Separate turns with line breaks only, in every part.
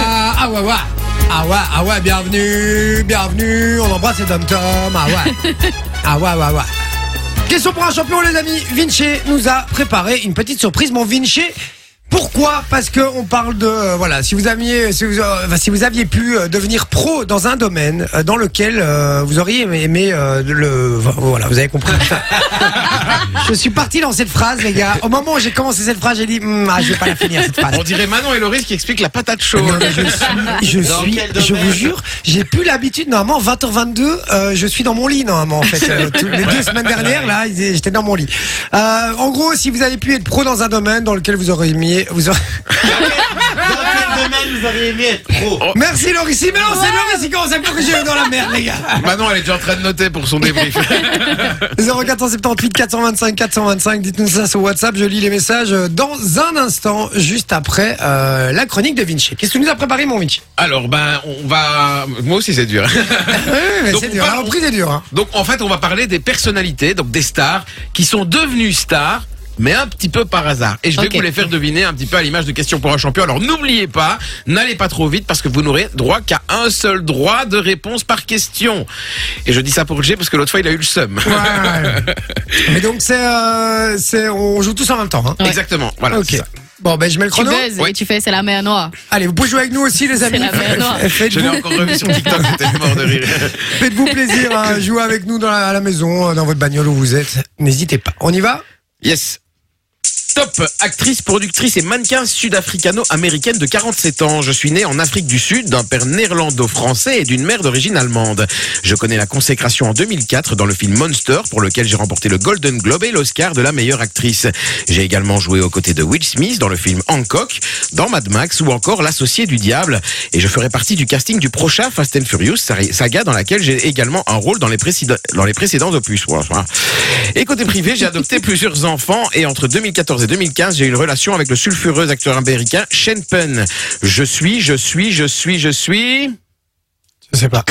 ouais. Ah ouais, ah ouais, bienvenue, bienvenue. On embrasse les Dom Tom. Ah ouais. ah ouais, ouais, ouais. Question pour un champion, les amis. Vinci nous a préparé une petite surprise. Mon Vinci. Pourquoi Parce que on parle de euh, voilà si vous aviez si vous, euh, enfin, si vous aviez pu euh, devenir pro dans un domaine euh, dans lequel euh, vous auriez aimé, aimé, euh, le voilà vous avez compris je suis parti dans cette phrase les gars au moment où j'ai commencé cette phrase j'ai dit Hmm, ah, je vais pas la finir cette phrase
On dirait Manon et Loris qui expliquent la patate chaude.
je
Dans
suis,
quel
je
domaine
vous jure, j'ai plus l'habitude. Normalement, 20h22, euh, je suis dans mon lit, normalement, en fait. Euh, tout- les deux semaines dernières, là, ils- j'étais dans mon lit. Euh, en gros, si vous avez pu être pro dans un domaine dans lequel vous aurez aimé, vous aurez...
domaine vous auriez aimé être pro
Oh.
Merci, Loris. Mais non, c'est Loris, il commence à me corriger dans la merde, les gars.
Manon, elle est déjà en train de noter pour son débrief.
0478 425 425, dites-nous ça sur WhatsApp. Je lis les messages euh, dans un instant, juste après euh, la chronique de Vinci. Qu'est-ce que tu nous as préparé, mon Vinci
Alors, ben, on va. Moi aussi, c'est dur.
Oui, Eh, mais
Euh, Donc,
c'est
on
dur.
parle-
La reprise est dure. hein.
Donc, en fait, on va parler des personnalités, donc des stars, qui sont devenues stars. Mais un petit peu par hasard. Et je vais
Ok.
vous les faire deviner un petit peu à l'image de Question pour un champion. Alors n'oubliez pas, n'allez pas trop vite parce que vous n'aurez droit qu'à un seul droit de réponse par question. Et je dis ça pour G parce que l'autre fois il a eu le seum.
Ouais. Mais donc c'est, euh, c'est, on joue tous en même temps. Hein.
Ouais.
Exactement. Voilà.
Ok.
c'est ça.
Bon ben je mets le
Tu
chrono.
buzzes
Oui.
et tu fais c'est la mer noire.
Allez, vous pouvez jouer avec nous aussi les amis.
la mer noire.
Je l'ai
Faites-vous,
encore revu sur TikTok, j'étais mort de rire.
faites-vous plaisir, hein. jouez avec nous dans la, à la maison, euh, dans votre bagnole où vous êtes. N'hésitez pas. On y va
Yes. Top actrice, productrice et mannequin sud-africano-américaine de 47 ans. Je suis née en Afrique du Sud d'un père néerlando-français et d'une mère d'origine allemande. Je connais la consécration en 2004 dans le film Monster pour lequel j'ai remporté le Golden Globe et l'Oscar de la meilleure actrice. J'ai également joué aux côtés de Will Smith dans le film Hancock, dans Mad Max ou encore L'associé du diable. Et je ferai partie du casting du prochain Fast and Furious sari- saga dans laquelle j'ai également un rôle dans les, précédents- dans les précédents opus. Ouais, enfin. Et côté privé, j'ai adopté plusieurs enfants et entre 2014 et 2015, j'ai eu une relation avec le sulfureux acteur américain Shane Penn. Je suis, je suis, je suis, je suis.
Je sais pas.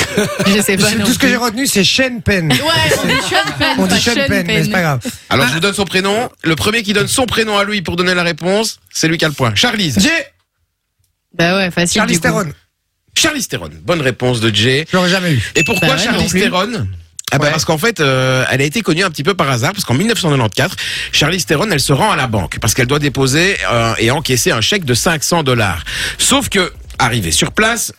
Je sais pas. Eh ben, non
Tout ce que
plus.
j'ai retenu c'est Shane Penn.
Ouais, on dit Sean Penn.
On
pas
dit Shane
Sean
Penn, mais c'est pas grave.
Alors je vous donne son prénom. Le premier qui donne son prénom à lui pour donner la réponse, c'est lui qui a le point. Charlize.
J'ai
Bah ouais, facile.
Charlie
du coup.
Theron.
Charlize Theron. Bonne réponse de Jay.
Je l'aurais jamais eu.
Et pourquoi
Bah ouais, non
Charlize
plus.
Theron ah bah
Ouais.
parce qu'en fait, euh, elle a été connue un petit peu par hasard parce qu'en 1994, Charlize Theron, elle se rend à la banque parce qu'elle doit déposer euh, et encaisser un chèque de 500 dollars. Sauf que, arrivée sur place,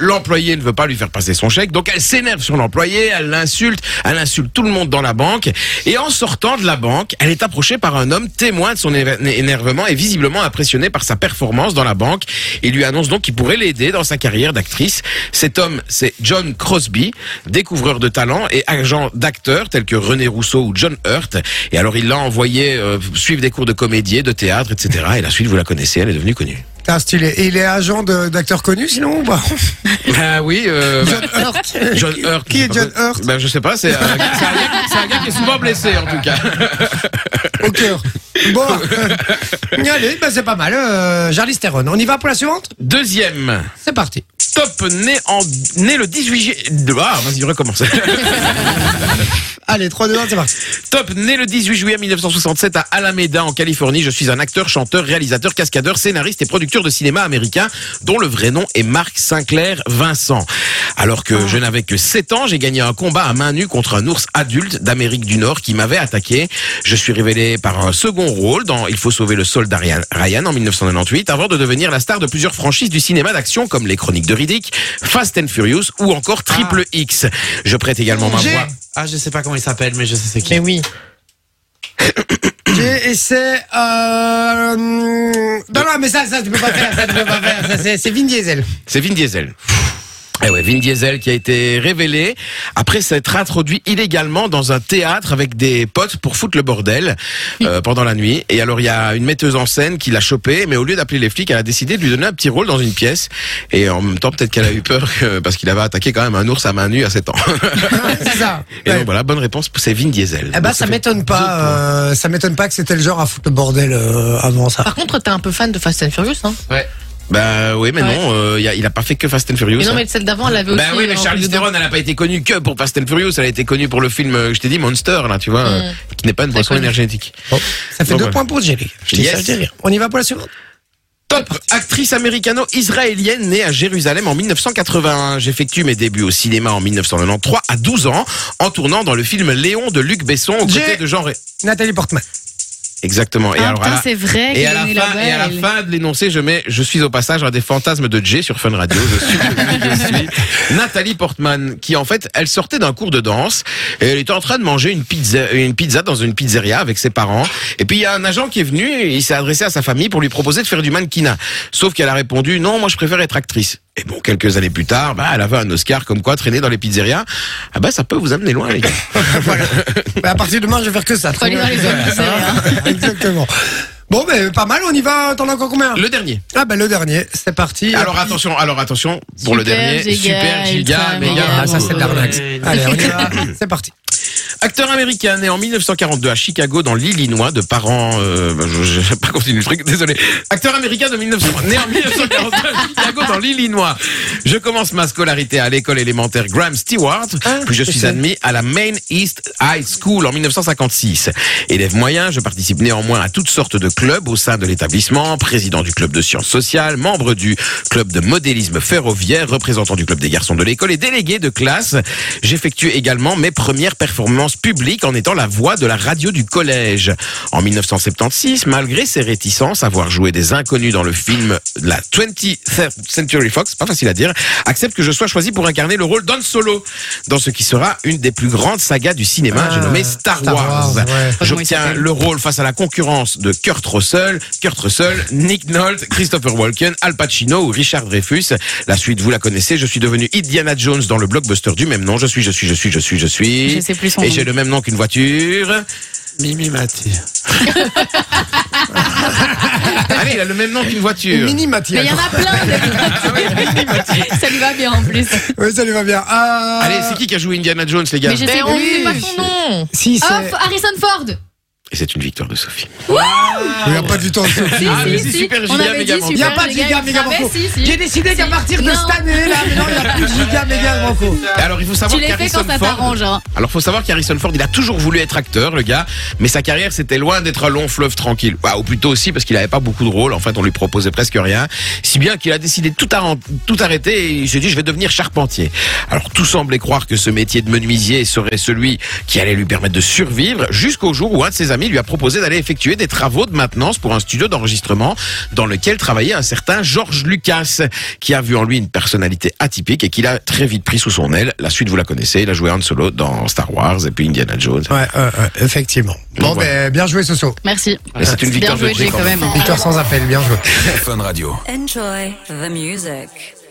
l'employé ne veut pas lui faire passer son chèque, donc elle s'énerve sur l'employé, elle l'insulte, elle insulte tout le monde dans la banque. Et en sortant de la banque, elle est approchée par un homme témoin de son éve- énervement et visiblement impressionné par sa performance dans la banque. Il lui annonce donc qu'il pourrait l'aider dans sa carrière d'actrice. Cet homme, c'est John Crosby, découvreur de talent et agent d'acteurs tels que René Rousseau ou John Hurt. Et alors il l'a envoyé euh, suivre des cours de comédie, de théâtre, etc. Et la suite, vous la connaissez, elle est devenue connue.
Ah, stylé. Et il est agent de- d'acteurs connus sinon ou pas
Ah oui, euh,
John Hurt.
John Hurt.
Qui est John Hurt
Ben, je sais pas, c'est un, c'est un gars- c'est un gars qui est souvent blessé en tout cas.
Au cœur. Bon. Allez, bah, c'est pas mal. Euh, Charlie Theron. On y va pour la suivante
Deuxième,
C'est parti.
top né, en, né le 18 juillet. Ah, vas-y, recommence.
Allez, 3, 2, 1, c'est parti.
top né le 18 juillet 1967 à Alameda en Californie. Je suis un acteur, chanteur, réalisateur, cascadeur, scénariste et producteur de cinéma américain dont le vrai nom est Marc Sinclair Vincent. Alors que je n'avais que 7 ans, j'ai gagné un combat à main nue contre un ours adulte d'Amérique du Nord qui m'avait attaqué. Je suis révélé par un second rôle dans Il faut sauver le soldat Ryan Ryan en 1998 avant de devenir la star de plusieurs franchises du cinéma d'action comme Les Chroniques de Riddick, Fast and Furious ou encore Triple X. Je prête également ma
J'ai-
voix.
Ah, je sais pas comment il s'appelle, mais je sais c'est qui.
oui.
Ok, et c'est. Euh... Non, non, mais ça, ça, tu peux pas faire, ça, tu peux pas faire. Ça, c'est, c'est Vin Diesel.
C'est Vin Diesel. Eh ouais, Vin Diesel qui a été révélé après s'être introduit illégalement dans un théâtre avec des potes pour foutre le bordel euh, pendant la nuit. Et alors il y a une metteuse en scène qui l'a chopé, mais au lieu d'appeler les flics, elle a décidé de lui donner un petit rôle dans une pièce. Et en même temps, peut-être qu'elle a eu peur que- parce qu'il avait attaqué quand même un ours à main nue à 7 ans.
c'est ça.
Et
Ouais.
donc voilà, bonne réponse, c'est Vin Diesel.
Ah bah,
Eh ben,
Donc,
ça
fait
m'étonne pas. euh, ça m'étonne pas que c'était le genre à foutre le bordel euh, avant
Ah.
ça.
Par contre, t'es un peu fan de Fast and Furious, hein
Bah oui, mais
Ouais.
non, euh, il a, il a pas fait que Fast and Furious.
Mais non,
hein.
mais celle d'avant, elle avait aussi. euh,
Bah oui, mais
un
Charlize
truc
Theron,
dedans.
elle a pas été connue que pour Fast and Furious, elle a été connue pour le film euh, que je t'ai dit Monster, là, tu vois, euh, qui n'est pas une boisson
connue.
énergétique.
ça fait
Bon,
deux
bah.
points pour Jerry. Je dis
Yes.
ça, je dis rien. On y va pour la suivante
Top actrice américano-israélienne née à Jérusalem en 1981. J'effectue mes débuts au cinéma en 1993 à 12 ans en tournant dans le film Léon de Luc Besson aux côtés
J'ai-
de Jean Ré.
Nathalie Portman.
Exactement. Et
Ah,
alors, à
putain,
la-
c'est vrai.
et
qu'elle
à, la
est
fin,
là-bas,
et à la
elle-
fin de l'énoncé, je mets Je suis au passage à des fantasmes de Jay sur Fun Radio. Je suis, je suis Nathalie Portman, qui en fait, elle sortait d'un cours de danse et elle était en train de manger une pizza, une pizza dans une pizzeria avec ses parents. Et puis il y a un agent qui est venu et il s'est adressé à sa famille pour lui proposer de faire du mannequinat. Sauf qu'elle a répondu Non, moi je préfère être actrice. Et bon, quelques années plus tard, bah, elle avait un Oscar comme quoi traîner dans les pizzerias. Ah bah ça peut vous amener loin, les gars.
Bah, à partir de demain, je vais faire que ça.
Faut aller dans les autres pizzerias.
hein.
Exactement. Bon, mais pas mal, on y va. T'en as encore combien
Le dernier.
Ah, ben le dernier, c'est parti.
Alors attention, alors attention pour le
Super,
dernier.
Giga,
super
ultra,
Giga, méga.
méga,
Ah, ça, c'est de la relaxe.
Ouais.
Allez, on y va. C'est parti.
Acteur américain né en 1942 à Chicago dans l'Illinois de parents euh, bah, je, je- je vais pas continuer le truc désolé acteur américain de 1900 né en 1942 à Chicago dans l'Illinois je commence ma scolarité à l'école élémentaire Graham Stewart puis je suis admis à la Main East High School en 1956 élève moyen je participe néanmoins à toutes sortes de clubs au sein de l'établissement président du club de sciences sociales membre du club de modélisme ferroviaire représentant du club des garçons de l'école et délégué de classe J'effectue également mes premières performances publiques en étant la voix de la radio du collège. En 1976, malgré ses réticences à voir jouer des inconnus dans le film de la 20th Century Fox, pas facile à dire, accepte que je sois choisi pour incarner le rôle d'Han Solo dans ce qui sera une des plus grandes sagas du cinéma,
Ah,
j'ai nommé Star,
Star
Wars.
Wars, ouais.
Comment il
J'obtiens
s'appelle
le rôle face à la concurrence de Kurt Russell, Kurt Russell, Nick Nolte, Christopher Walken, Al Pacino ou Richard Dreyfus. La suite, vous la connaissez. Je suis devenu Indiana Jones dans le blockbuster du même nom. Je suis, je suis, je suis, je suis, je suis.
Je sais plus son
Et
nom.
j'ai le même nom qu'une voiture.
Mimi Mati.
Allez, il a le même nom qu'une voiture.
Mini Mathias.
Mais il y en a plein. des- ça lui va bien en plus.
Oui, ça lui va bien. Ah,
Allez, c'est qui qui a joué Indiana Jones, les gars
Mais je sais
Mais oui.
plus. pas son nom.
Si,
Ah,
c'est.
F- Harrison Ford
Et c'est une victoire de Sophie.
Il n'y a pas du temps.
Si,
Ah, mais
Ah, si,
c'est
si.
super
On
giga,
avait dit
méga,
super
Il n'y a pas de giga méga
Ah,
banco.
bah, si, si.
J'ai décidé qu'à
Si.
partir de
Non.
cette année-là, maintenant, il n'y a plus de giga méga banco.
Et Alors, il faut savoir
Tu les fais
qu'Harrison
quand ça
Ford.
t'arrange. hein.
Alors, faut savoir qu'Harrison Ford, il a toujours voulu être acteur, le gars, mais sa carrière, c'était loin d'être un long fleuve tranquille. Bah, ou plutôt aussi parce qu'il avait pas beaucoup de rôles. En fait, on lui proposait presque rien. Si bien qu'il a décidé de tout, arran- tout arrêter et il s'est dit, je vais devenir charpentier. Alors, tout semblait croire que ce métier de menuisier serait celui qui allait lui permettre de survivre jusqu'au jour où un de ses amis lui a proposé d'aller effectuer des travaux de maintenance pour un studio d'enregistrement dans lequel travaillait un certain George Lucas, qui a vu en lui une personnalité atypique et qu'il a très vite pris sous son aile. La suite, vous la connaissez, il a joué Han Solo dans Star Wars et puis Indiana Jones.
Ouais, euh, euh, effectivement. Bon,
Donc, voilà.
ben, bien joué, Soso.
Merci.
Mais c'est une
Bien
victoire
joué,
de Jay
Jay, hein.
quand
quand même.
Victoire sans appel, bien joué.
Fun Radio.
Enjoy the music.